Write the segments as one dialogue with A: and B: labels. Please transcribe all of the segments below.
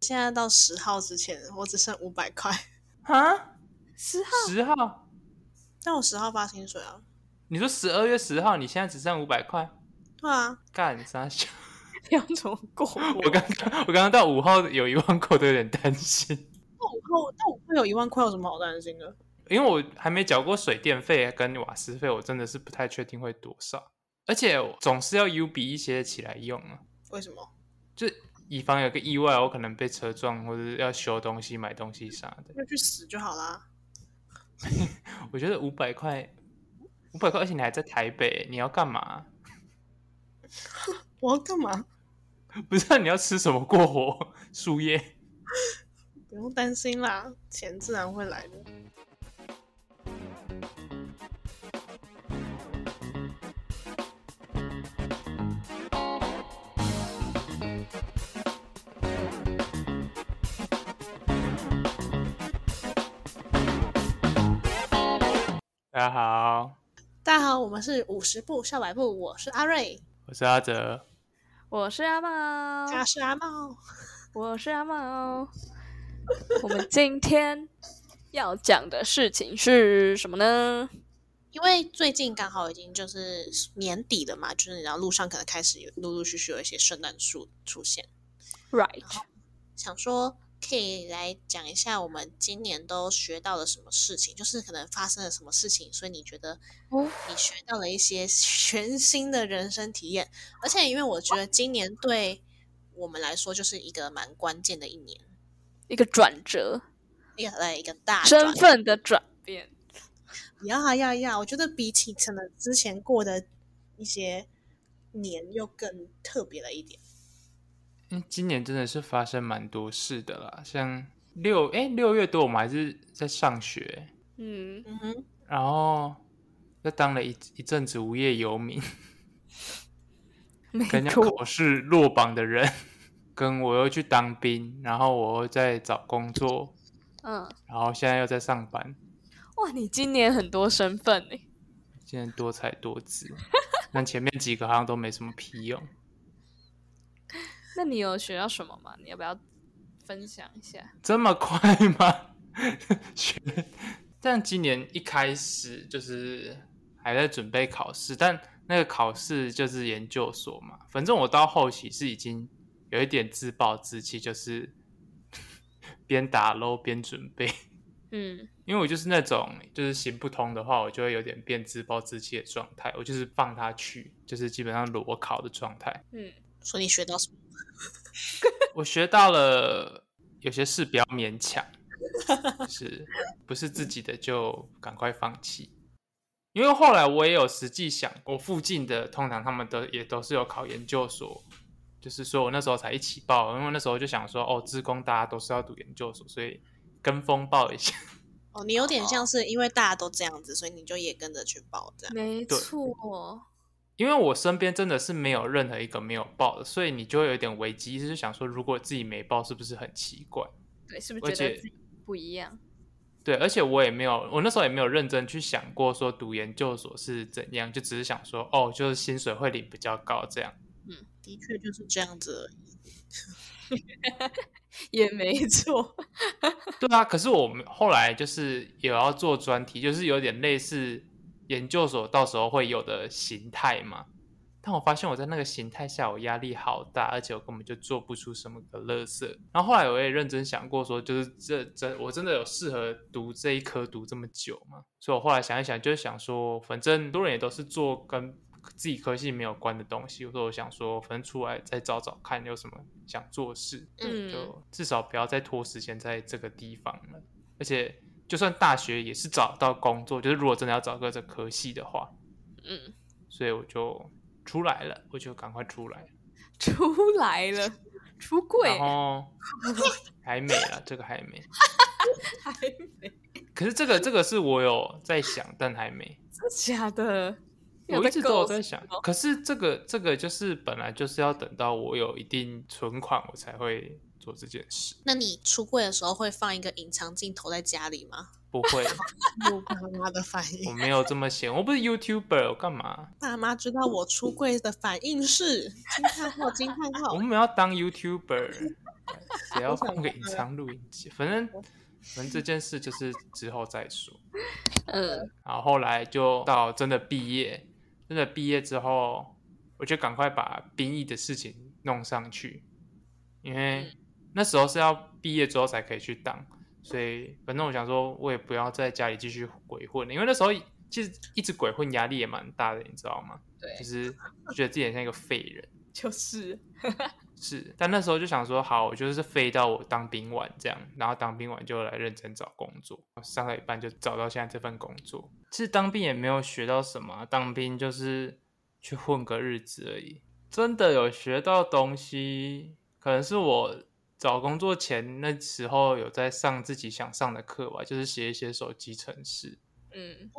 A: 现在到十号之前，我只剩五百块。
B: 啊，
A: 十号？
B: 十号？
A: 但我十号发薪水啊。
B: 你说十二月十号，你现在只剩五百块？
A: 对啊，
B: 干啥笑？
A: 要怎么过？
B: 我刚刚我刚刚到五号有一万块，都有点担心，
A: 那五号，那五会有一万块有什么好担心的？
B: 因为我还没缴过水电费跟瓦斯费，我真的是不太确定会多少。而且总是要 U 比一些起来用啊，
A: 为什么？
B: 就以防有个意外，我可能被车撞，或者要修东西、买东西啥的。
A: 那去死就好啦。
B: 我觉得五百块，五百块，而且你还在台北，你要干嘛？
A: 我要干嘛？
B: 不知道你要吃什么过活？ 树叶？
A: 不用担心啦，钱自然会来的。
B: 大家好，
A: 大家好，我们是五十步笑百步，我是阿瑞，
B: 我是阿哲。
C: 我是阿茂，
A: 他是阿茂。
C: 我是阿茂。我们今天要讲的事情是什么呢？
A: 因为最近刚好已经就是年底了嘛，就是你知道路上可能开始有陆陆续续有一些圣诞树出现，
C: Right，
A: 想说可以来讲一下我们今年都学到了什么事情，就是可能发生了什么事情，所以你觉得
C: 哦
A: 你学到了一些全新的人生体验，而且因为我觉得今年对我们来说就是一个蛮关键的一年，
C: 一个转折，
A: 一个来一个大
C: 身
A: 转
C: 份的转变。
A: 要要要，我觉得比起可能之前过的一些年，又更特别了一点。
B: 嗯，今年真的是发生蛮多事的啦，像六哎六月多我们还是在上学，
C: 嗯，
A: 嗯哼，
B: 然后又当了一一阵子无业游民，
C: 没
B: 跟人 家
C: 错，
B: 考试落榜的人，跟我又去当兵，然后我又在找工作，
C: 嗯，
B: 然后现在又在上班，
C: 哇，你今年很多身份呢。
B: 今天多才多姿， 但前面几个好像都没什么屁用。
C: 那你有学到什么吗？你要不要分享一下？
B: 这么快吗？ 学，但今年一开始就是还在准备考试，但那个考试就是研究所嘛。反正我到后期是已经有一点自暴自弃，就是 边打 l 边准备，
C: 嗯，
B: 因为我就是那种就是行不通的话，我就会有点变自暴自弃的状态，我就是放他去，就是基本上裸考的状态。
C: 嗯
A: 说你学到什么？
B: 我学到了有些事不要勉强，就是不是自己的就赶快放弃。因为后来我也有实际想，我附近的通常他们都也都是有考研究所，就是说我那时候才一起报，因为那时候就想说，哦，职工大家都是要读研究所，所以跟风报一下。
A: 哦，你有点像是因为大家都这样子，所以你就也跟着去报这样。
C: 没
B: 对
C: 错，
B: 因为我身边真的是没有任何一个没有报的，所以你就会有一点危机意识，就想说，如果自己没报，是不是很奇怪？
C: 对，是不
B: 而
C: 是觉
B: 且
C: 得自己不一样？
B: 对，而且我也没有，我那时候也没有认真去想过说读研究所是怎样，就只是想说，哦，就是薪水会领比较高这样。
A: 的确就是这样子而已。
C: 也没错，
B: 对啊，可是我们后来就是有要做专题，就是有点类似研究所到时候会有的形态嘛。但我发现我在那个形态下，我压力好大，而且我根本就做不出什么个乐色。然后后来我也认真想过说，就是这这我真的有适合读这一科读这么久吗？所以我后来想一想，就是想说，反正很多人也都是做跟自己科系没有关的东西，所以我想说，反正出来再找找看有什么想做的事。
A: 嗯
C: 嗯，
B: 就至少不要再拖时间在这个地方了。而且，就算大学也是找到工作，就是如果真的要找个这科系的话，
C: 嗯，
B: 所以我就出来了，我就赶快出来。
C: 出来了，出柜
B: 然 后还没啦，这个还没。
C: 还没，
B: 可是这个这个是我有在想，但还没。
C: 真的 假的？
B: 我一直都有在想
C: 构思哦，
B: 可是这个这个就是本来就是要等到我有一定存款，我才会做这件事。
A: 那你出柜的时候会放一个隐藏镜头在家里吗？
B: 不 会，
A: 我爸妈的反
B: 我
A: 应，
B: 没有这么闲，我不是 YouTuber，我干嘛？
A: 爸妈知道我出柜的反应是惊叹号惊叹
B: 我
A: 号。
B: 们要当 YouTuber，只要放个隐藏录音机，反正反正这件事就是之后再说。
C: 嗯，
B: 然后后来就到真的毕业，真的毕业之后，我就赶快把兵役的事情弄上去，因为那时候是要毕业之后才可以去当，所以反正我想说，我也不要在家里继续鬼混了，因为那时候其实一直鬼混压力也蛮大的，你知道吗？就
C: 对，
B: 是觉得自己很像一个废人。
C: 就是
B: 是，但那时候就想说，好，我就是飞到我当兵完这样，然后当兵完就来认真找工作，上到一半就找到现在这份工作。其实当兵也没有学到什么啊、当兵就是去混个日子而已。真的有学到东西，可能是我找工作前那时候有在上自己想上的课吧，就是写一些手机程式。
C: 嗯，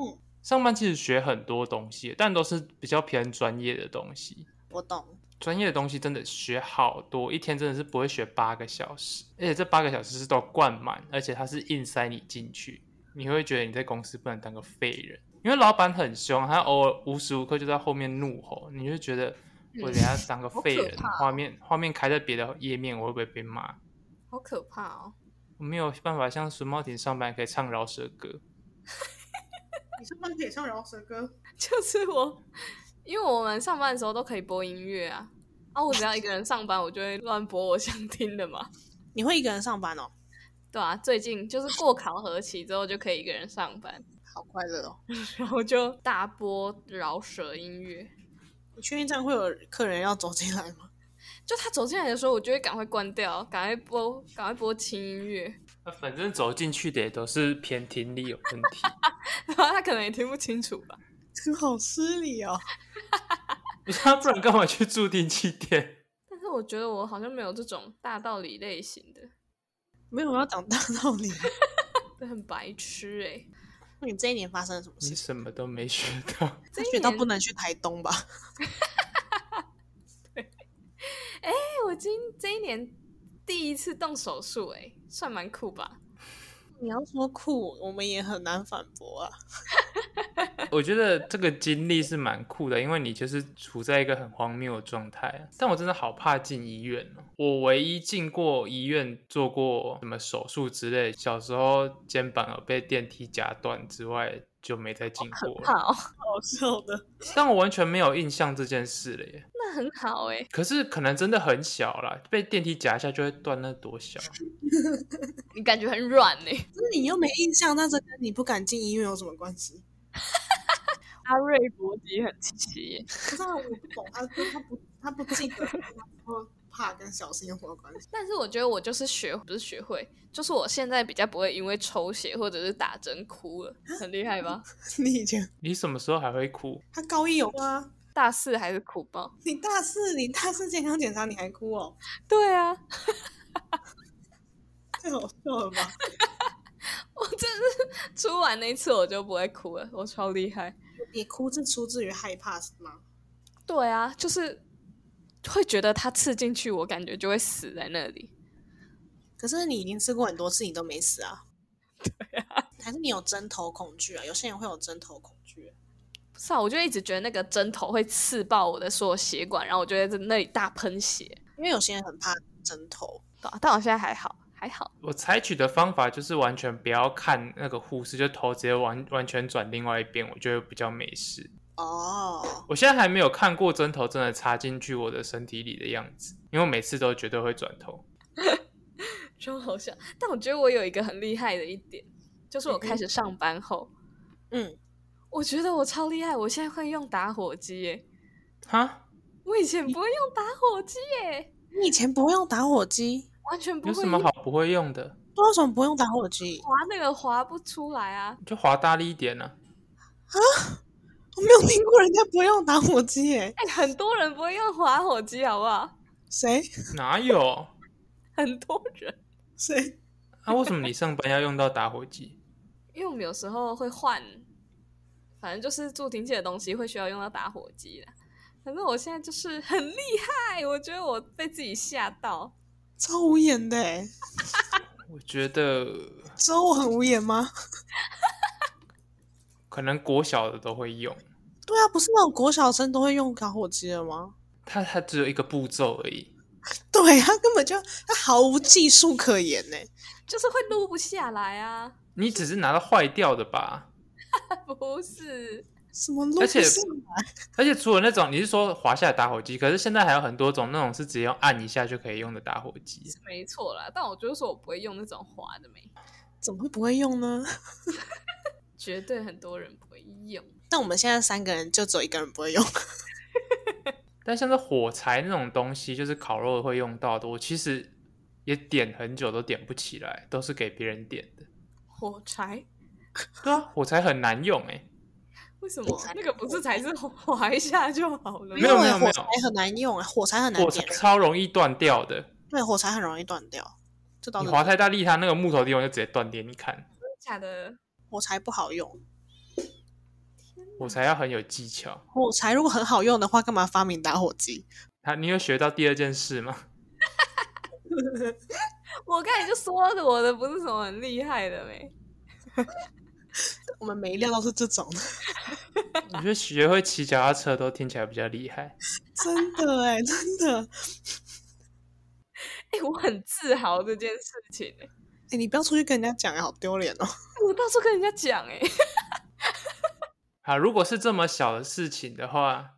B: 上班其实学很多东西，但都是比较偏专业的东西。
A: 我懂，
B: 专业的东西真的学好多，一天真的是不会学八个小时，而且这八个小时是都灌满，而且它是硬塞你进去，你会觉得你在公司不能当个废人，因为老板很凶，他偶尔无时无刻就在后面怒吼，你就觉得我等下当个废人
C: 嗯 好可怕，
B: 画面画面开在别的页面，我会不会被骂？
C: 好可怕哦。
B: 我没有办法像孙茂婷上班可以唱饶舌歌，
A: 你上班可以唱饶舌歌，
C: 就是我， 因为我们上班的时候都可以播音乐啊，啊，我只要一个人上班，我就会乱播我想听的嘛。
A: 你会一个人上班哦，
C: 对啊，最近就是过考核期之后就可以一个人上班，
A: 好快乐哦。
C: 然后就大播饶舌音乐。
A: 你确定这样会有客人要走进来吗？
C: 就他走进来的时候，我就会赶快关掉，赶快播，赶快播轻音乐。
B: 那啊反正走进去的也都是偏听力有问题。
C: 然后他可能也听不清楚吧。
A: 好失礼哦。
B: 不是啊，不然干嘛去住电器店？
C: 但是我觉得我好像没有这种大道理类型的，
A: 没有要讲大道理。啊
C: 这很白痴哎、欸。
A: 那你这一年发生了什么
B: 你
A: 事？
B: 什么都没学到。
C: 这一
A: 学到
C: 年
A: 不能去台东吧？
C: 哎、我今这一年第一次动手术哎、算蛮酷吧？
A: 你要说酷，我们也很难反驳啊。
B: 我觉得这个经历是蛮酷的，因为你就是处在一个很荒谬的状态啊。但我真的好怕进医院哦。我唯一进过医院做过什么手术之类，小时候肩膀有被电梯夹断之外，就没再进过了。
C: 好，
A: 好笑的，
B: 但我完全没有印象这件事了耶。
C: 那很好哎、
B: 可是可能真的很小啦，被电梯夹一下就会断，那多小？
C: 你感觉很软哎、
A: 那你又没印象，那这跟你不敢进医院有什么关系？
C: 阿瑞逻辑很奇耶，
A: 可是啊我不懂，他他不他不记得，他说怕跟小心有什么关系？
C: 但是我觉得我就是学，不是学会，就是我现在比较不会因为抽血或者是打针哭了，很厉害吧？
A: 你以前
B: 你什么时候还会哭？
A: 他高一有吗？
C: 大四还是哭爆？
A: 你大四你大四健康检查你还哭哦，
C: 对啊，
A: 太好笑了 吧？
C: 我真的是出完那一次我就不会哭了，我超厉害。
A: 你哭是出自于害怕是吗？
C: 对啊，就是会觉得它刺进去，我感觉就会死在那里。
A: 可是你已经吃过很多次，你都没死啊？ 对啊，还是你有针头恐惧啊？有些人会有针头恐惧、
C: 不是啊，我就一直觉得那个针头会刺爆我的所有血管，然后我就会在那里大喷血，
A: 因为有些人很怕针头。
C: 对啊但我现在还好，还好。
B: 我采取的方法就是完全不要看那个护士，就头直接完完全转另外一边，我觉得比较没事。
A: 哦，
B: 我现在还没有看过针头真的插进去我的身体里的样子，因为我每次都绝对会转头。
C: 超好笑。但我觉得我有一个很厉害的一点，就是我开始上班后，
A: 嗯，
C: 我觉得我超厉害，我现在会用打火机耶，
B: 哈，
C: 我以前不会用打火机耶，
A: 你以前不会用打火机，
C: 完全不
B: 有
C: 会
B: 什么
C: 用，
B: 好不会用的？
A: 不知道为什么不用打火机？
C: 滑那个滑不出来啊。
B: 就滑大力一点啊。
A: 我没有听过人家不会用打火机耶、
C: 哎、很多人不会用滑火机，好不好？
A: 谁
B: 哪有
C: 很多人，
A: 谁？
B: 啊？为什么你上班要用到打火机？
C: 因为我们有时候会换，反正就是助听器的东西会需要用到打火 机的。反正我现在就是很厉害，我觉得我被自己吓到。
A: 超无言的哎，
B: 我觉得
A: 知道我很无言吗？
B: 可能国小的都会用，
A: 对啊，不是那种国小生都会用打火机的吗？
B: 它它只有一个步骤而已。
A: 对他根本就他毫无技术可言呢。
C: 就是会录不下来啊，
B: 你只是拿到坏掉的吧？
C: 不是？
A: 什么录
B: 而且
A: 不下来？
B: 而且除了那种，你是说滑下的打火机，可是现在还有很多种那种是直接用按一下就可以用的打火机。啊
C: 是没错啦，但我就是说我不会用那种滑的没，
A: 怎么会不会用呢？
C: 绝对很多人不会用。
A: 但我们现在三个人就只有一个人不会用，
B: 但像是火柴那种东西，就是烤肉会用到的，我其实也点很久都点不起来，都是给别人点的。
C: 火柴？
B: 对啊，火柴很难用哎、
C: 为什
A: 火
C: 么
A: 柴？
C: 那个不是才是滑一下就好了吗？
B: 没有没有
A: 因为
B: 没有
A: 火柴很难用，火柴很难
B: 火柴
A: 点，
B: 超容易断掉的，
A: 对，火柴很容易断掉，这倒
B: 你
A: 是
B: 滑太大力，它那个木头地方就直接断掉。你看，
C: 假的，
A: 火柴不好用。
B: 火柴要很有技巧。
A: 火柴如果很好用的话，干嘛发明打火机？
B: 他，你有学到第二件事 吗？
C: 我刚才就说的，我的不是什么很厉害的没。
A: 我们没料到是这种，
B: 我觉得学会骑脚踏车都听起来比较厉害。
A: 真的哎，真的
C: 哎、我很自豪这件事情、欸，
A: 哎，你不要出去跟人家讲，好丢脸哦。
C: 哎我到处跟人家讲哎、
B: 好，如果是这么小的事情的话，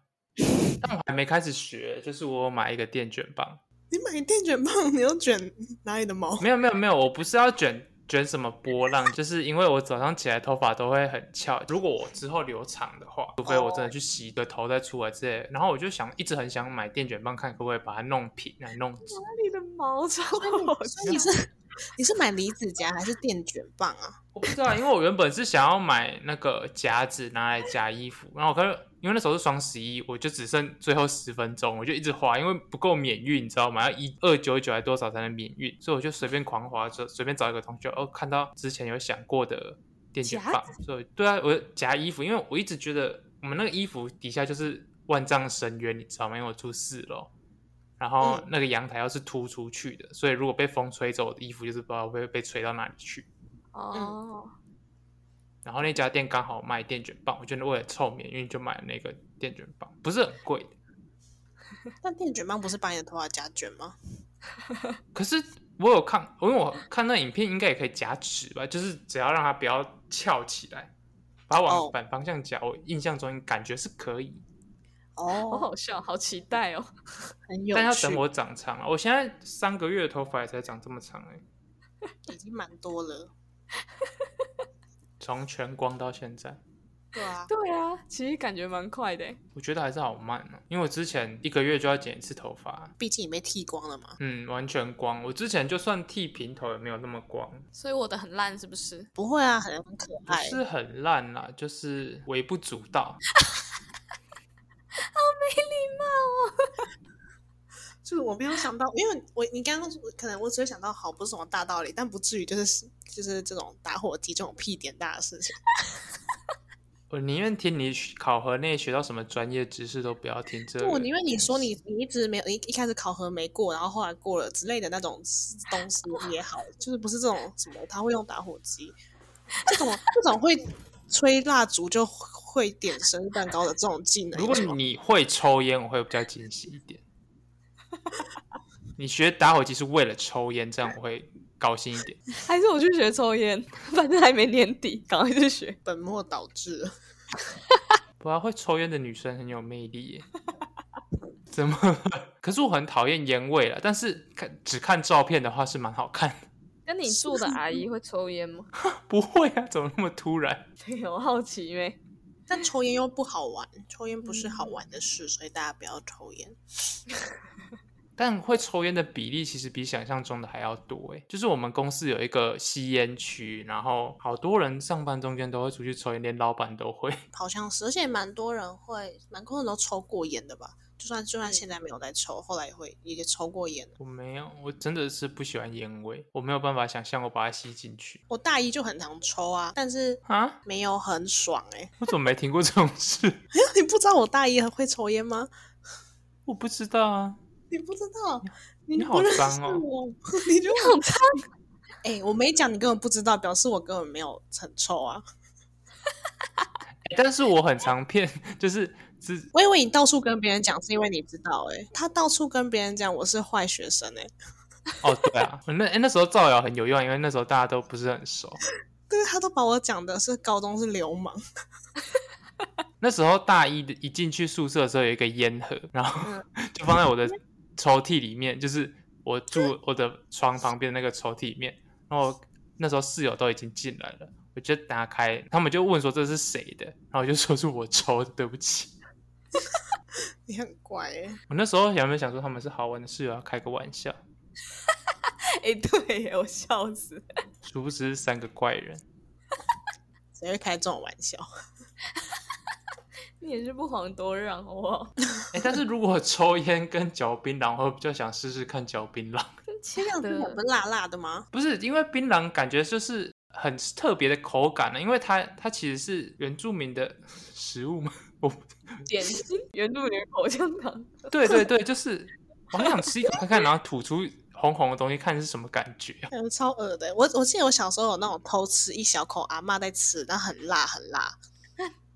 B: 但我还没开始学，就是我有买一个电卷棒，
A: 你买电卷棒，你又卷哪里的毛？
B: 没有没有没有，我不是要卷卷什么波浪，就是因为我早上起来头发都会很翘，如果我之后留长的话，除非我真的去洗个头再出来之类的，然后我就想一直很想买电卷棒，看可不可以把它弄平，来弄直。
C: 哪里的毛超好
A: 所以你是你是买离子夹还是电卷棒啊？
B: 我不知道，因为我原本是想要买那个夹子拿来夹衣服，然后我看，因为那时候是双十一，我就只剩最后十分钟，我就一直滑，因为不够免运，你知道吗？要一二九九还多少才能免运？所以我就随便狂滑，就随便找一个同学，哦，看到之前有想过的电卷棒，所以对啊，我夹衣服，因为我一直觉得我们那个衣服底下就是万丈深渊，你知道吗？因为我住四楼。然后
A: 嗯
B: 那个阳台要是突出去的，所以如果被风吹走，我的衣服就是不知道会被吹到哪里去。
C: 哦，
B: 然后那家店刚好卖电卷棒，我就为了凑免运就买了那个电卷棒，不是很贵的。
A: 但电卷棒不是把你的头发夹卷吗？
B: 可是我有看，因为我看那影片应该也可以夹直吧，就是只要让它不要翘起来，把它往
A: 哦
B: 反方向夹。我印象中感觉是可以，
C: 好
A: 哦，
C: 好笑，好期待哦。
A: 很有趣。
B: 但要等我长长啊！我现在三个月的头发也才长这么长哎、
A: 已经蛮多了，
B: 从全光到现在，
A: 对啊，
C: 对啊，其实感觉蛮快的欸。
B: 我觉得还是好慢哦、因为我之前一个月就要剪一次头发，
A: 毕竟你被剃光了嘛，
B: 嗯，完全光。我之前就算剃平头也没有那么光，
C: 所以我的很烂是不是？
A: 不会啊，很很可
B: 不
A: 爱。
B: 是很烂啦，就是微不足道。
A: 就是我没有想到，因为我你刚刚可能我只有想到好不是什么大道理，但不至于就是就是这种打火机这种屁点大的事情。
B: 我宁愿听你考核内学到什么专业知识，都不要听这
A: 就
B: 个。
A: 我宁愿你说你你一直没有一一开始考核没过，然后后来过了之类的那种东西也好，就是不是这种什么他会用打火机，这种这种会吹蜡烛就会点生日蛋糕的这种技能有
B: 如果
A: 什么，
B: 你会抽烟，我会比较惊喜一 点。你学打火机是为了抽烟，这样我会高兴一点。
C: 还是我去学抽烟？反正还没年底，赶快去学。
A: 本末倒置了。
B: 不然会抽烟的女生很有魅力耶。怎么了？可是我很讨厌烟味了，但是看只看照片的话是蛮好看的。
C: 跟你住的阿姨会抽烟吗？
B: 不会啊，怎么那么突然？
C: 对，我好奇呗。
A: 但抽烟又不好玩，抽烟不是好玩的事，所以大家不要抽烟。
B: 但会抽烟的比例其实比想象中的还要多诶，就是我们公司有一个吸烟区，然后好多人上班中间都会出去抽烟，连老板都会。
A: 好像是，而且蛮多人会，蛮多人都抽过烟的吧？就算就
B: 嗯
A: 算现在没有在抽，后来也会也抽过烟。
B: 我没有，我真的是不喜欢烟味，我没有办法想象我把它吸进去
A: 我大一就很常抽啊，但是
B: 啊！
A: 没有很爽哎、
B: 我怎么没听过这种事？
A: 你不知道我大一会抽烟吗？
B: 我不知道啊，
A: 你不知道，你
B: 好
A: 不认
B: 脏
A: 识
B: 哦
A: 我， 你就
C: 好脏，
A: 哎、我没讲，你根本不知道，表示我根本没有很臭啊。
B: 欸但是我很常骗，就是之
A: 我以为你到处跟别人讲，是因为你知道、欸，哎，他到处跟别人讲我是坏学生、欸，哎，
B: 哦，对啊，那、诶那时候造谣很有用，因为那时候大家都不是很熟，
A: 但是他都把我讲的是高中是流氓，
B: 那时候大一的一进去宿舍的时候有一个烟盒，然后 就放在我的抽屉里面，就是我住我的床旁边的那个抽屉里面。然后那时候室友都已经进来了，我就打开，他们就问说这是谁的，然后我就说是我抽的，对不起。
A: 你很乖、欸，
B: 我那时候有没有想说他们是好玩的室友，要开个玩笑？
C: 哎、对耶，我笑死。
B: 殊不知是三个怪人。
A: 谁会开这种玩笑？
C: 你也是不遑多让，好不 好？
B: 哎，但是如果抽烟跟嚼槟榔，我比较想试试看嚼槟榔。
C: 真假
A: 这样子我
C: 的
A: 们辣辣的吗？
B: 不是因为槟榔感觉就是很特别的口感啊呢，因为它它其实是原住民的 食 物嘛。我
C: 点心，原住民口香糖，
B: 对对对，就是我很想吃一口看看，然后吐出红红的东西，看是什么感觉啊。
A: 嗯，超恶的欸。我我记得我小时候有那种偷吃一小口阿嬷在吃，然后很辣很辣。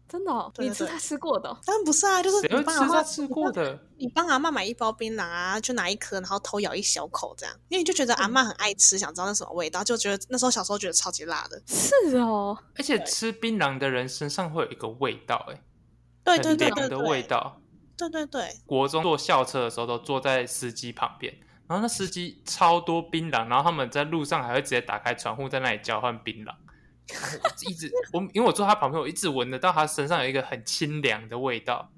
C: 真的、哦？
A: 对对
C: 你吃
A: 对
C: 他吃过的哦、
A: 但不是啊，就是
B: 谁
A: 你
B: 会
A: 帮阿
B: 吃它
A: 嬷
B: 吃 过的？
A: 你帮阿嬷买一包槟榔啊，就拿一颗，然后偷咬一小口这样，因为你就觉得
B: 嗯
A: 阿嬷很爱吃，想知道那什么味道，就觉得那时候小时候觉得超级辣的。
C: 是哦，
B: 而且吃槟榔的人身上会有一个味道、欸，
A: 对对
B: 很
A: 对
B: 凉
A: 对
B: 的
A: 对，
B: 味道。
A: 对对对，
B: 国中坐校车的时候都坐在司机旁边，然后那司机超多槟榔，然后他们在路上还会直接打开窗户在那里交换槟榔。 我一直我因为我坐他旁边，我一直闻得到他身上有一个很清凉的味 道，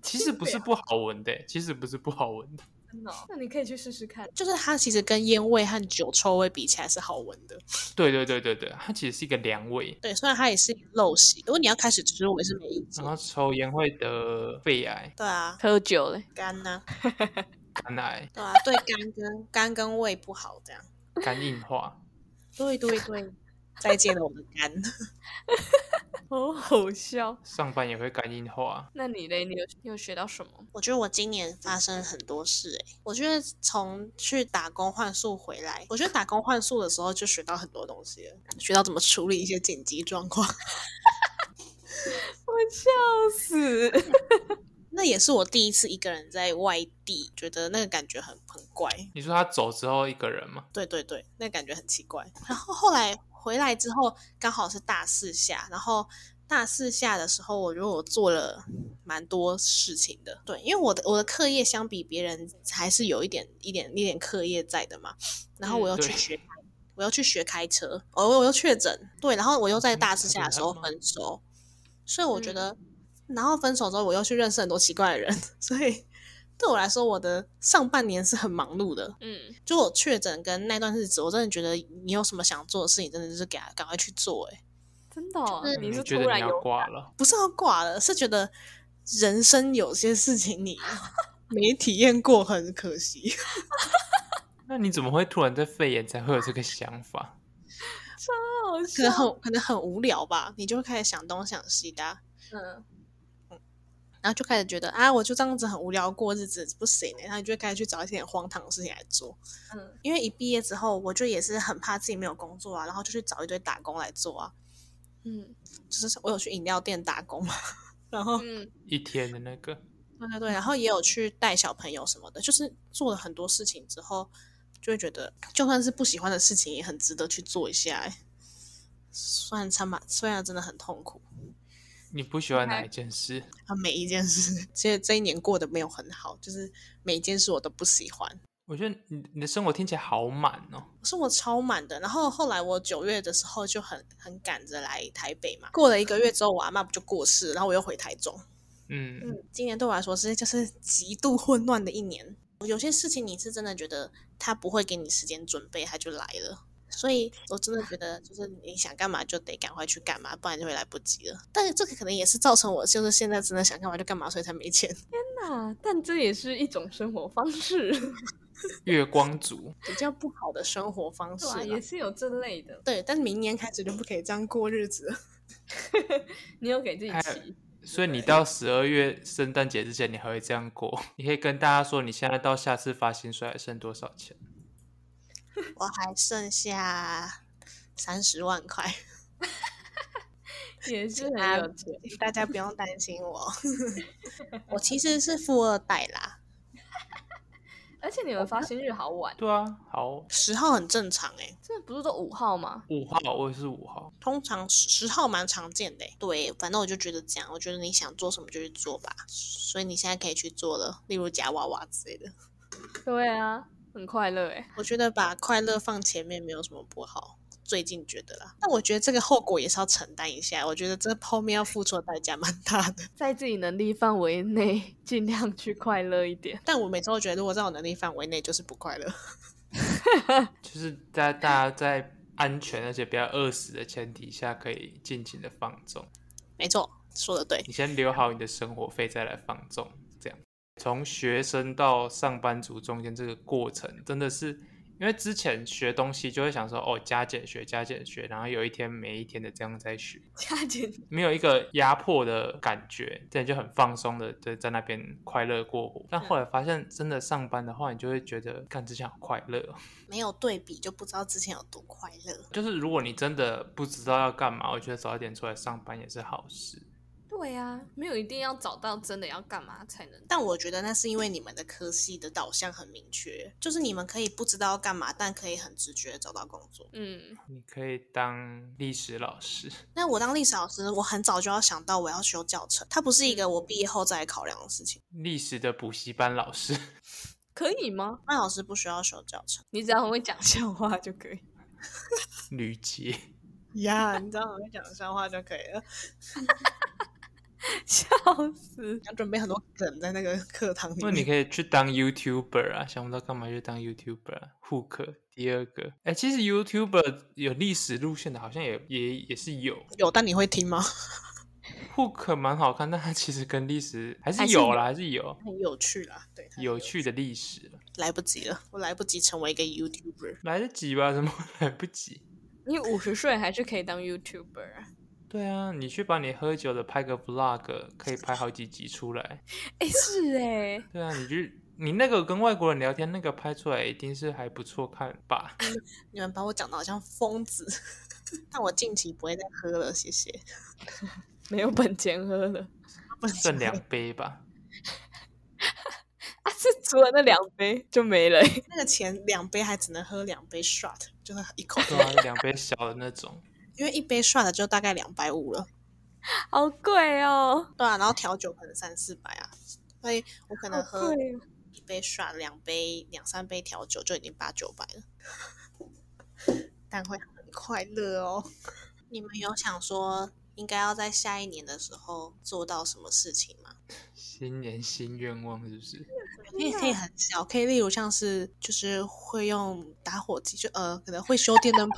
B: 其实不是不好闻的，欸其实不是不好闻的。
C: 真的、哦那你可以去试试看。
A: 就是它其实跟烟味和酒臭味比起来是好闻的。
B: 对对对对对，它其实是一个凉味。
A: 对，虽然它也是一个陋习，如果你要开始吃，我也是没意见
B: 然。后抽烟会得肺癌、
A: 对啊，
C: 喝酒嘞，
A: 肝呐、
B: 肝癌、
A: 对啊，对肝跟肝跟胃不好这样。
B: 肝硬化。
A: 对对对，再见了我们的肝。
C: 好好笑。
B: 上班也会肝硬化，
C: 那你嘞？你有你有学到什么？
A: 我觉得我今年发生很多事诶、我觉得从去打工换宿回来，我觉得打工换宿的时候就学到很多东西了，学到怎么处理一些紧急状况。
C: 我笑死。
A: 那也是我第一次一个人在外地，觉得那个感觉很很怪。
B: 你说他走之后一个人吗？
A: 对对对，那感觉很奇怪。然后后来回来之后，刚好是大四下，然后大四下的时候，我觉得我做了蛮多事情的。对，因为我的我的课业相比别人还是有一点一点一点课业在的嘛。然后我
C: 嗯
A: 又去
B: 对
A: 学开，我又去学开车，我我又确诊，对，然后我又在
B: 嗯
A: 大四下
B: 好
A: 的时候
B: 紧张哦
A: 分手，所以我觉
C: 嗯
A: 得，然后分手之后我又去认识很多奇怪的人， 所以对我来说，我的上半年是很忙碌的。
C: 嗯，
A: 就我确诊跟那段日子，我真的觉得你有什么想做的事情，真的就是给他赶快去做、欸。哎，
C: 真的、哦
A: 就是
B: 嗯你
C: 是突
B: 觉得
C: 然
B: 你要
C: 有
B: 挂了？
A: 不是要挂了，是觉得人生有些事情你没体验过，很可惜。
B: 那你怎么会突然在肺炎才会有这个想法？
C: 超好
A: 可
C: 笑
A: 能。很可能很无聊吧，你就会开始想东想西的啊、
C: 嗯，
A: 然后就开始觉得啊，我就这样子很无聊过日子不行、欸，然后你就会开始去找一些很荒唐的事情来做。
C: 嗯，
A: 因为一毕业之后，我就也是很怕自己没有工作啊，然后就去找一堆打工来做啊，
C: 嗯
A: 就是我有去饮料店打工嘛，然后
C: 嗯，
B: 一天的那个，
A: 对对对，然后也有去带小朋友什么的，就是做了很多事情之后，就会觉得就算是不喜欢的事情，也很值得去做一下、欸。虽然他妈，虽然真的很痛苦，
B: 你不喜欢哪一件事？
A: 啊，每一件事，其实这一年过得没有很好，就是每一件事我都不喜欢，
B: 我觉得你你的生活听起来好满哦。
A: 是我超满的。然后后来我九月的时候就很很赶着来台北嘛，过了一个月之后，我阿妈不就过世，然后我又回台中。
B: 嗯，
A: 嗯，今年对我来说是就是极度混乱的一年。有些事情你是真的觉得他不会给你时间准备，他就来了。所以我真的觉得，就是你想干嘛就得赶快去干嘛，不然就会来不及了。但是这个可能也是造成我就是现在真的想干嘛就干嘛，所以才没钱。
C: 那但这也是一种生活方式，
B: 月光族，
A: 比较不好的生活方式
C: 对啊，
A: 啦
C: 也是有这类的。
A: 对，但是明年开始就不可以这样过日子了。
C: 你有给自己
B: 还有
C: 起
B: 所以你到十二月圣诞节之前，你还会这样过？ 你可以跟大家说，你现在到下次发薪水还剩多少钱？
A: 我还剩下三十万块，
D: 也是很
C: 啊
D: 有钱。
A: 大家不用担心我。 我其实是富二代啦，
D: 而且你们发薪日好晚，
B: 对啊，好，
A: 十号很正常哎、
C: 这不是都五号吗？
B: 五号我也是五号，
A: 通常十十号蛮常见的欸、对，反正我就觉得这样，我觉得你想做什么就去做吧。所以你现在可以去做了，例如夹娃娃之类的。
C: 对啊，很快乐哎。
A: 我觉得把快乐放前面没有什么不好，最近觉得啦。但我觉得这个后果也是要承担一下，我觉得这后面要付出的代价蛮大的。
C: 在自己能力范围内， 尽量去快乐一 点。
A: 但我每次都觉得，如果在我能力范围内，就是不快乐。
B: 就是在大家在安全而且不要饿死的前提下，可以尽情的放纵。
A: 没错，说的对。
B: 你先留好你的生活费，再来放纵。这样，从学生到上班族中间这个过程，真的是因为之前学东西就会想说，哦，加减学，加减学，然后有一天每一天的这样在学，
D: 加减
B: 没有一个压迫的感觉，这样就很放松的在在那边快乐过活。但后来发现，真的上班的话，你就会觉得，干之前好快乐、哦。
A: 没有对比就不知道之前有多快乐。
B: 就是如果你真的不知道要干嘛，我觉得早一点出来上班也是好事。
D: 对啊，没有一定要找到真的要干嘛才能。
A: 但我觉得那是因为你们的科系的导向很明确，就是你们可以不知道要干嘛，但可以很直觉地找到工作。
D: 嗯，
B: 你可以当历史老师，
A: 那我当历史老师，我很早就要想到我要修教程，它不是一个我毕业后再来考量的事情。
B: 历史的补习班老师。
C: 可以吗？
A: 那老师不需要修教程
C: 你只要很会讲笑话就可以。
B: 吕杰，
A: 呀你知道我会讲笑话就可以了。
C: 笑死！
A: 要准备很多梗在那个课堂里
B: 那你
A: 面。
B: 可以去当 YouTuber 啊，想不到干嘛就当 YouTuber 啊。Hook 第二个，哎、其实 YouTuber 有历史路线的，好像也也也是有。
A: 有，但你会听吗？
B: Hook 蛮好看，但它其实跟历史还是
C: 还是
B: 有啦，还是有
A: 很有趣啦，对，它
B: 有趣的历史了，
A: 来不及了，我来不及成为一个 YouTuber。
B: 来得及吧？怎么来不及？
C: 你五十岁还是可以当 YouTuber 啊？
B: 对啊，你去把你喝酒的拍个 vlog，可以拍好几集出来。
C: 哎、是哎、
B: 对啊，你去你那个跟外国人聊天那个拍出来一定是还不错看 吧？
A: 你们把我讲的好像疯子， 但我近期不会再喝了，谢谢。
C: 没有本钱喝了
B: 剩两杯吧。
C: 啊！是除了那两杯就没了、欸
A: 那个前两杯还只能喝两杯 shot，就是一口，
B: 对啊，两杯小的那种。
A: 因为一杯 shot 就大概两百五了。
C: 好贵哦，
A: 对啊，然后调酒可能三四百啊，所以我可能
C: 好
A: 喝
C: 贵哦。
A: 一杯 shot，两杯两三杯调酒就已经八九百了，但会很快乐哦。你们有想说应该要在下一年的时候做到什么事情吗？
B: 新年新愿望是不是？
A: 可以可以很小，可以例如像是就是会用打火机，就呃可能会修电灯泡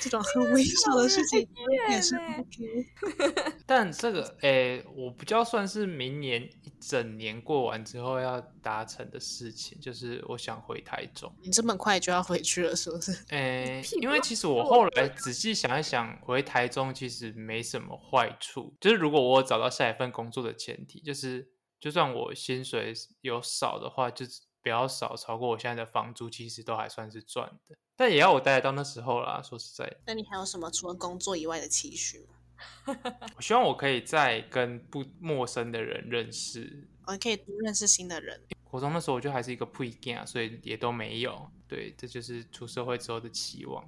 A: 这种很欸微小的事情也是
C: 耶
A: OK。
B: 但这个诶、我比较算是明年一整年过完之后要达成的事情，就是我想回台中。
A: 你这么快就要回去了，是不是？
B: 诶、
C: 屁
B: 因为
C: 股
B: 其实我后来仔细想一想，回台中其实没什么坏处，就是如果我有找到下一份工作的前提，就是就算我薪水有少的话，就是不要少超过我现在的房租，其实都还算是赚的。但也要我待得到那时候啦，说实在的
A: 那你还有什么除了工作以外的期许吗？
B: 我希望我可以再跟不陌生的人认识。
A: 哦，你可以多认识新的人，
B: 国中那时候我就还是一个 pre g a 所以也都没有。对，这就是出社会之后的期望，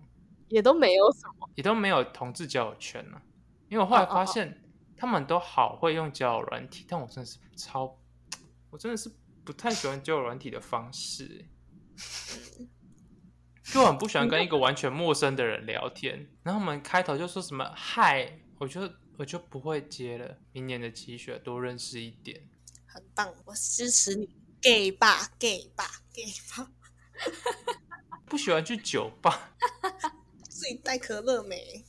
C: 也都没有什么。
B: 也都没有同志交友圈了、因为我后来
C: 哦哦
B: 发现他们都好会用交友软体，但我真的是超，我真的是不太喜欢交友软体的方式欸、就很不喜欢跟一个完全陌生的人聊天。然后我们开头就说什么嗨，我就我就不会接了。明年的积雪多认识一点。
A: 很棒，我支持你，gay 吧，gay 吧，gay 吧，
B: 不喜欢去酒吧，
A: 自己带可乐没？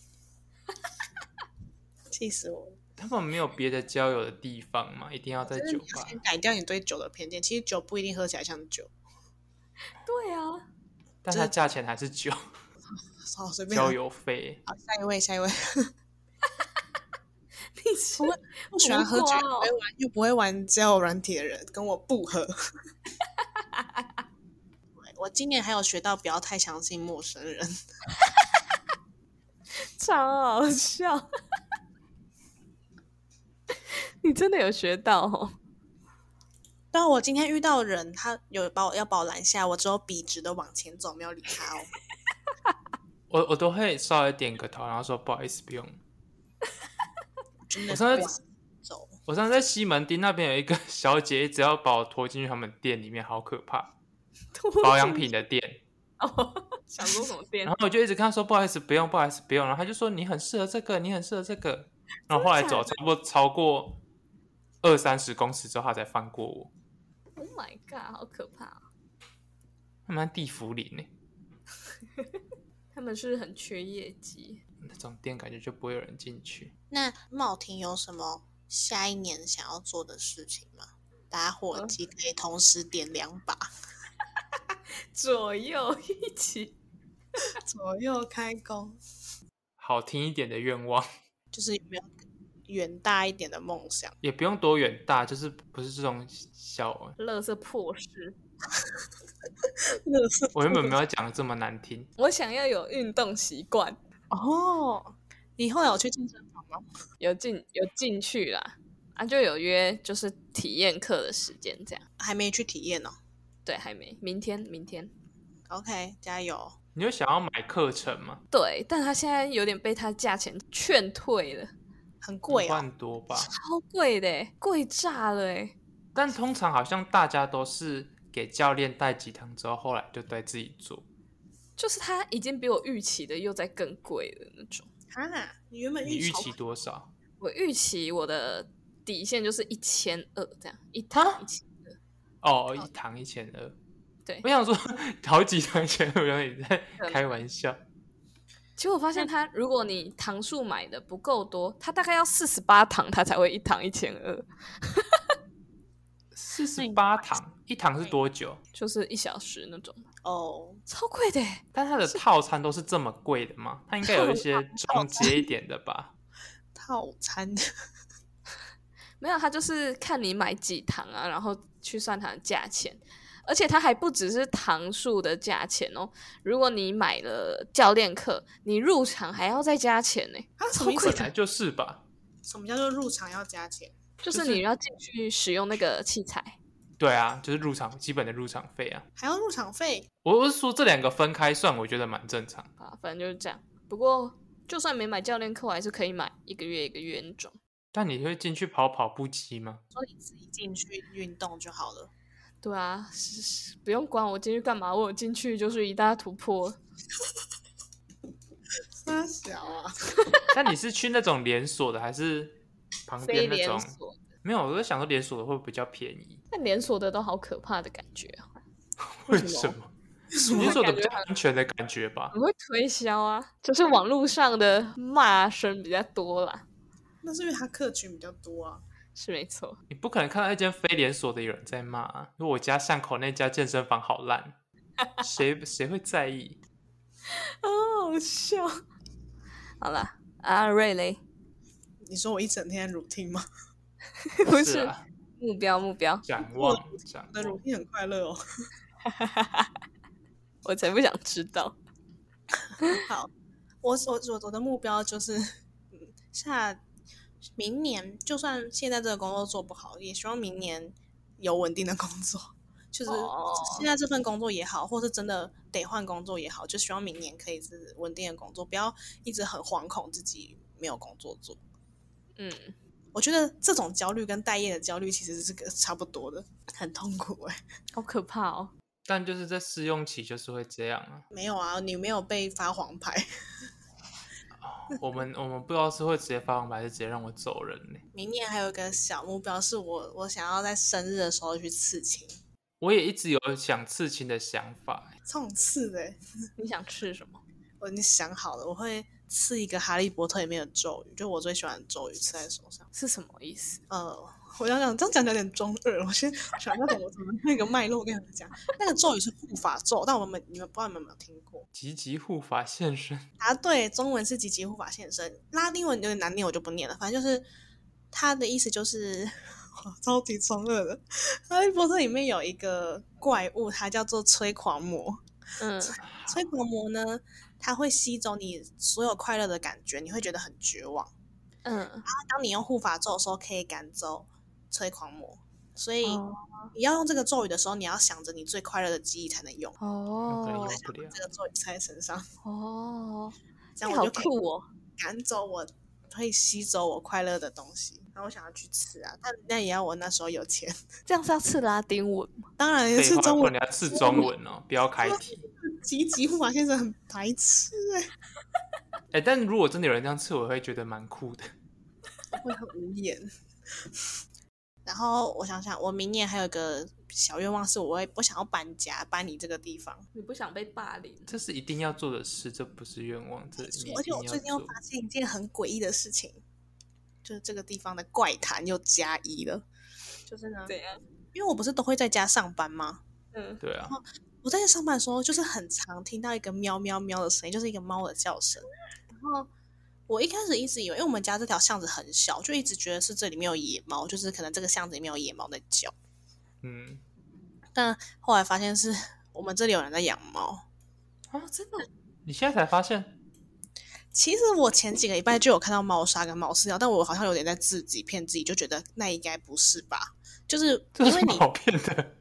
A: 气死我了！
B: 他们没有别的交友的地方嘛，一定要在
A: 就是
B: 酒
A: 你要
B: 吧。
A: 先改掉你对酒的偏见，其实酒不一定喝起来像酒，
C: 对啊，
B: 但它价钱还是酒，
A: 好随便。啊
B: 交。友费。
A: 好，下一位，下一位。
C: 你是
A: 我不喜欢喝酒，
C: 无
A: 又
C: 瓜
A: 不
C: 哦
A: 会玩又不会玩交友软体的人，跟我不 合。对我今年还有学到不要太相信陌生人，
C: 超好笑， 你真的有学到哦？
A: 但我今天遇到人，他有把我要把我拦下，我只有笔直的往前走，没有理他哦。
B: 我我都会稍微点个头，然后说不好意思，不用。
A: 真的
B: 我上次
A: 往前走，
B: 我上次在西门町那边有一个 小姐，只要把我拖进去他们店里面，好可怕，保养品的店。
C: 哦， 想说什么店
B: 然？后我就一直跟她说不好意思，不用，不好意思，不用。然后她就说你很适合这个，你很适合这个。然后后来走差不多超过二三十公尺之后，她才放过我。
C: Oh my god，好可怕啊、
B: 他们地府里呢，
C: 他们是很缺业绩，
B: 那种店感觉就不会有人进去。
A: 那茂婷有什么下一年想要做的事情吗？打火机可以同时点两把，
C: 左右一起。
A: 左右开弓，
B: 好听一点的愿望，
A: 就是有没有远大一点的梦想？
B: 也不用多远大，就是不是这种小。
C: 乐色破事，
B: 我原本没有讲的这么难听。
C: 我想要有运动习惯，
A: 哦，你后来有去健身房吗？
C: 有进有进去啦，啊，就有约就是体验课的时间这样。
A: 还没去体验哦呢、
C: 对，还没，明天明天。
A: OK，加油！
B: 你有想要买课程吗？
C: 对，但他现在有点被他价钱劝退了，
A: 很贵
B: 一
A: 啊、
B: 万多吧。
C: 超贵的欸，贵炸了哎！
B: 但通常好像大家都是给教练带几堂之后，后来就对自己做。
C: 就是他已经比我预期的又在更贵的那种。
A: 哈，你原本
B: 你预
A: 超
B: 期多少？
C: 我预期我的底线就是一千二这样，一堂一千。
B: 哦，一堂一千二。
C: 对
B: 我想说好几堂一千二，原来你在开玩笑。
C: 结果我发现他，如果你堂数买的不够多，他大概要四十八堂，他才会一堂一千二，
B: 四十八堂，一堂是多久？
C: 就是一小时那种，
A: 哦，
C: 超贵的欸。
B: 但它的套餐都是这么贵的吗？它应该有一些中阶一点的吧？
A: 套餐
C: 没有，他就是看你买几堂啊，然后去算它的价钱。而且它还不只是堂数的价钱哦，如果你买了教练课，你入场还要再加钱呢、欸
A: 啊？什
C: 超
A: 么意
C: 贵
A: 思
B: 本？来就是吧。
A: 什么叫做入场要加钱？
C: 就是你要进去使用那个器材，
B: 对啊，就是入场基本的入场费啊。
A: 还要入场费？
B: 我我是说这两个分开算，我觉得蛮正常。
C: 啊，反正就是这样。不过就算没买教练课，我还是可以买一个月一个月那种。
B: 但你会进去跑跑步机吗？
A: 说你自己进去运动就好了。
C: 对啊，是是不用管我进去干嘛，我有进去就是一大突破。
A: 三小啊，
B: 但你是去那种连锁的，还是旁
C: 非
B: 边那
C: 连
B: 种？
C: 锁，
B: 没有，我就想说连锁的会不会比较便宜？
C: 但连锁的都好可怕的感觉啊！
B: 为什么？ 连锁的比较安全的感觉吧？
C: 很会推销啊，就是网络上的骂声比较多啦，
A: 那是因为他客群比较多啊。
C: 是没错。
B: 你不可能看到一间非连锁的有人在骂、啊，因为我家巷口那家健身房好 烂，谁谁会在意？
C: 好笑。 好啦，阿瑞雷
A: 你说我一整天的 routine 吗？
C: 不
B: 是
C: 是
B: 啊，
C: 目标目标，
B: 展望展
A: 我的
B: 望，
A: routine 很快乐哦。
C: 我才不想知道。
A: 我我我我的目标就是，嗯，下明年就算现在这个工作做不好，也希望明年有稳定的工作。就是
C: 哦
A: 现在这份工作也好，或是真的得换工作也好，就希望明年可以是稳定的工作，不要一直很惶恐自己没有工作做。
C: 嗯，
A: 我觉得这种焦虑跟待业的焦虑其实是个差不多的，很痛苦哎、
C: 好可怕哦。
B: 但就是在试用期就是会这样啊。
A: 没有啊，你没有被发黄牌，
B: 我们我们不知道是会直接发红牌，还是直接让我走人呢、
A: 明年还有一个小目标是我我想要在生日的时候去刺青，
B: 我也一直有想刺青的想法、
A: 冲刺的、欸。
C: 你想吃什么？
A: 我已经想好了，我会刺一个《哈利波特》里面的咒语，就我最喜欢的咒语，刺在手上。
C: 是什么意思？
A: 呃，我想想，这样讲有点中二。我先想一下怎么怎么那个脉络跟你们讲。那个咒语是护法咒，但我们你们不知道你们有没有听过？
B: 积极护法现身，
A: 啊答对，中文是“积极护法现身”，拉丁文有点难念，我就不念了。反正就是他的意思就是，哇超级中二的。哈利波特里面有一个怪物，它叫做催狂魔。
D: 嗯，
A: 催狂魔呢，它会吸走你所有快乐的感觉，你会觉得很绝望。
D: 嗯，
A: 那当你用护法咒的时候，可以赶走催狂魔。所以
D: 哦
A: 你要用这个咒语的时候，你要想着你最快乐的记忆才能用。
B: 可能
D: 哦
B: 用不了。
A: 这个咒语在身上，
D: 哦，
A: 这样
C: 哎
D: 好
A: 我就可以
D: 酷哦！
A: 赶走我，可以吸走我快乐的东西。然后我想要去吃啊，但那也要我那时候有钱。
D: 这样是要吃拉丁文吗？
A: 当然
B: 废
A: 是
B: 话，
A: 中
B: 不
A: 文
B: 然你 要是中文哦，不要开题。
A: 吉吉护法先生很白痴哎、
B: 哎，但如果真的有人这样吃，我会觉得蛮酷的。
A: 会很无言。然后我想想，我明年还有一个小愿望是，我会我想要搬家，搬离这个地方。
D: 你不想被霸凌？
B: 这是一定要做的事，这不是愿望，这你
A: 而
B: 一
A: 且我
B: 定
A: 最近
B: 要
A: 又
B: 做。
A: 发现一件很诡异的事情，就是这个地方的怪谈又加一了。就是呢，
D: 怎样？
A: 因为我不是都会在家上班吗？
D: 嗯，
B: 对啊，
A: 哦我在家上班的时候，就是很常听到一个喵喵喵的声音，就是一个猫的叫声。然后我一开始一直以为，因为我们家这条巷子很小，就一直觉得是这里面有野猫，就是可能这个巷子里面有野猫在叫。
B: 嗯，
A: 但后来发现是我们这里有人在养猫。
B: 啊，真的，你现在才发现，
A: 其实我前几个礼拜就有看到猫砂跟猫饲料，但我好像有点在自己骗自己，就觉得那应该不是吧？就是
B: 这
A: 因
B: 有
A: 为
B: 什么
A: 你
B: 好骗的？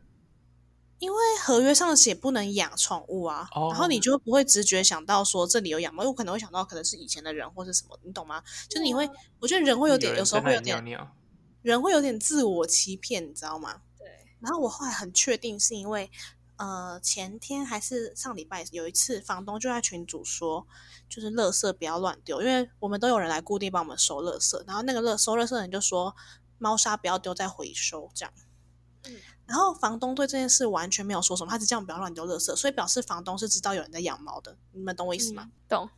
A: 因为合约上写不能养宠物啊，
B: 哦
A: 然后你就不会直觉想到说这里有养猫，有可能会想到可能是以前的人或是什么，你懂吗？就是你会，我觉得人会有点，
B: 人
A: 有时候
B: 在
A: 会
B: 啊那
A: 有
B: 里
A: 点
B: 尿尿，
A: 人会有点自我欺骗，你知道吗？
D: 对，
A: 然后我后来很确定是因为，呃，前天还是上礼拜有一次，房东就在群主说，就是垃圾不要乱丢，因为我们都有人来固定帮我们收垃圾，然后那个垃收垃圾的人就说猫砂不要丢再回收这样。然后房东对这件事完全没有说什么，他只叫我们不要乱丢垃圾，所以表示房东是知道有人在养猫的，你们懂我意思吗？
D: 嗯
C: 懂？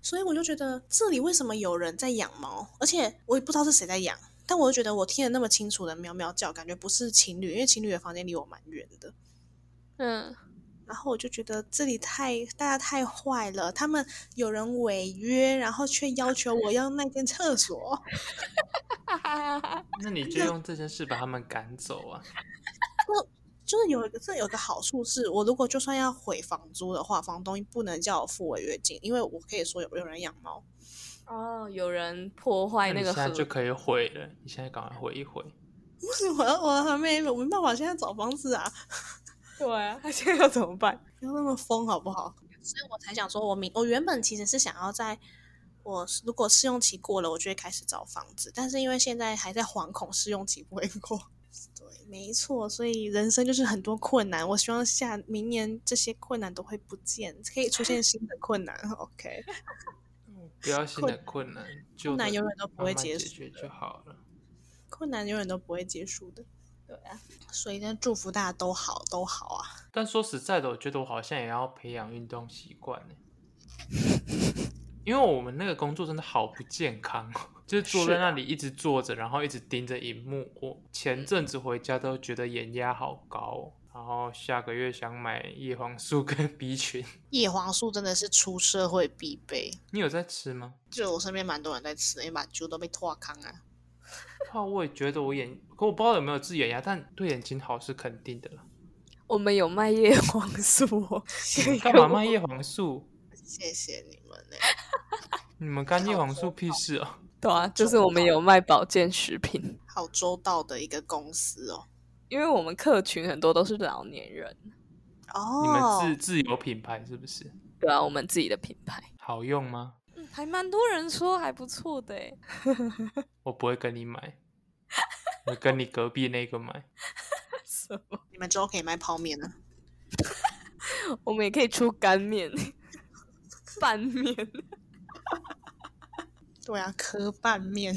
A: 所以我就觉得这里为什么有人在养猫，而且我也不知道是谁在养，但我就觉得我听得那么清楚的喵喵叫，感觉不是情侣，因为情侣的房间离我蛮远的。
C: 嗯，
A: 然后我就觉得这里太大家太坏了，他们有人违约，然后却要求我要那间厕所。
D: 哈哈哈哈！
B: 那你就用这件事把他们赶走啊！
A: 就是有一个这有个好处是，我如果就算要毁房租的话，房东不能叫我付违约金，因为我可以说有有人养猫。
D: 哦，有人破坏
B: 你
D: 那个
B: 现在
D: 盒，
B: 就可以毁了，你现在赶快毁一毁。
A: 不是我要我还没我没办法现在找房子啊，
D: 对啊，他现在要怎么办？
A: 不要那么疯好不好？ 所以我才想说，我明我原本其实是想要在我如果试用期过了，我就会开始找房子，但是因为现在还在惶恐，试用期不会过。 对，没错，所以人生就是很多困难。我希望下明年这些困难都会不见，可以出现新的困难。OK，
B: 不要新的困难，
A: 嗯
B: 就
A: 困难永远都不会结
B: 解
A: 束
B: 决就好了。
A: 困难永远都不会结束的。
D: 对啊，
A: 所以呢，祝福大家都好，都好啊。
B: 但说实在的，我觉得我好像也要培养运动习惯呢，因为我们那个工作真的好不健康哦，就是坐在那里一直坐着，然后一直盯着荧幕。我前阵子回家都觉得眼压好高哦、然后下个月想买叶黄素跟 B 群。
A: 叶黄素真的是出社会必备，
B: 你有在吃吗？就
A: 就我身边蛮多人在吃的，因为把酒都被拓康 啊。
B: 怕我也觉得我眼，可我不知道有没有治眼压，但对眼睛好是肯定的啦。
D: 我们有卖叶黄素哦，
B: 干嘛卖叶黄素？
A: 谢谢你们欸呢、
B: 你们干叶黄素屁事哦！
D: 对啊， 就是我们有卖保健食品，
A: 好周到的一个公司哦。
D: 因为我们客群很多都是老年人，
A: 哦，
B: 你们自自有品牌是不是？
D: 对啊，我们自己的品牌，
B: 好用吗？
D: 嗯，还蛮多人说还不错的欸诶，
B: 我不会跟你买，我跟你隔壁那个买。
D: 什么？
A: 你们之后可以卖泡面了。
D: 我们也可以出干面、 拌面，
A: 对啊，磕拌面。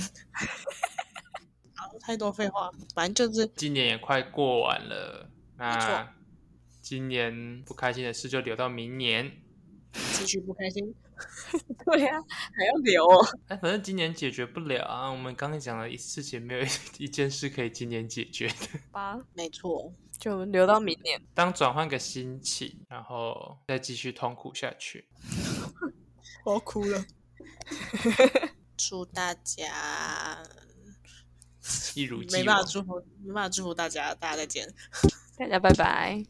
A: 好，太多废话，反正就是
B: 今年也快过完了，
A: 没
B: 那今年不开心的事就留到明年。
A: 继续不开心。
D: 对啊，还要留哦。
B: 哎，反正今年解决不了啊！我们刚刚讲了一事情，没有一 一件事可以今年解决的。
D: 吧，
A: 没错，
D: 就留到明年。
B: 当转换个心情，然后再继续痛苦下去。
A: 我要哭了。祝大家
E: 一如
A: 没
E: 既
A: 办法
E: 往。
A: 祝福，没办法祝福大家，大家再见。
C: 大家拜拜。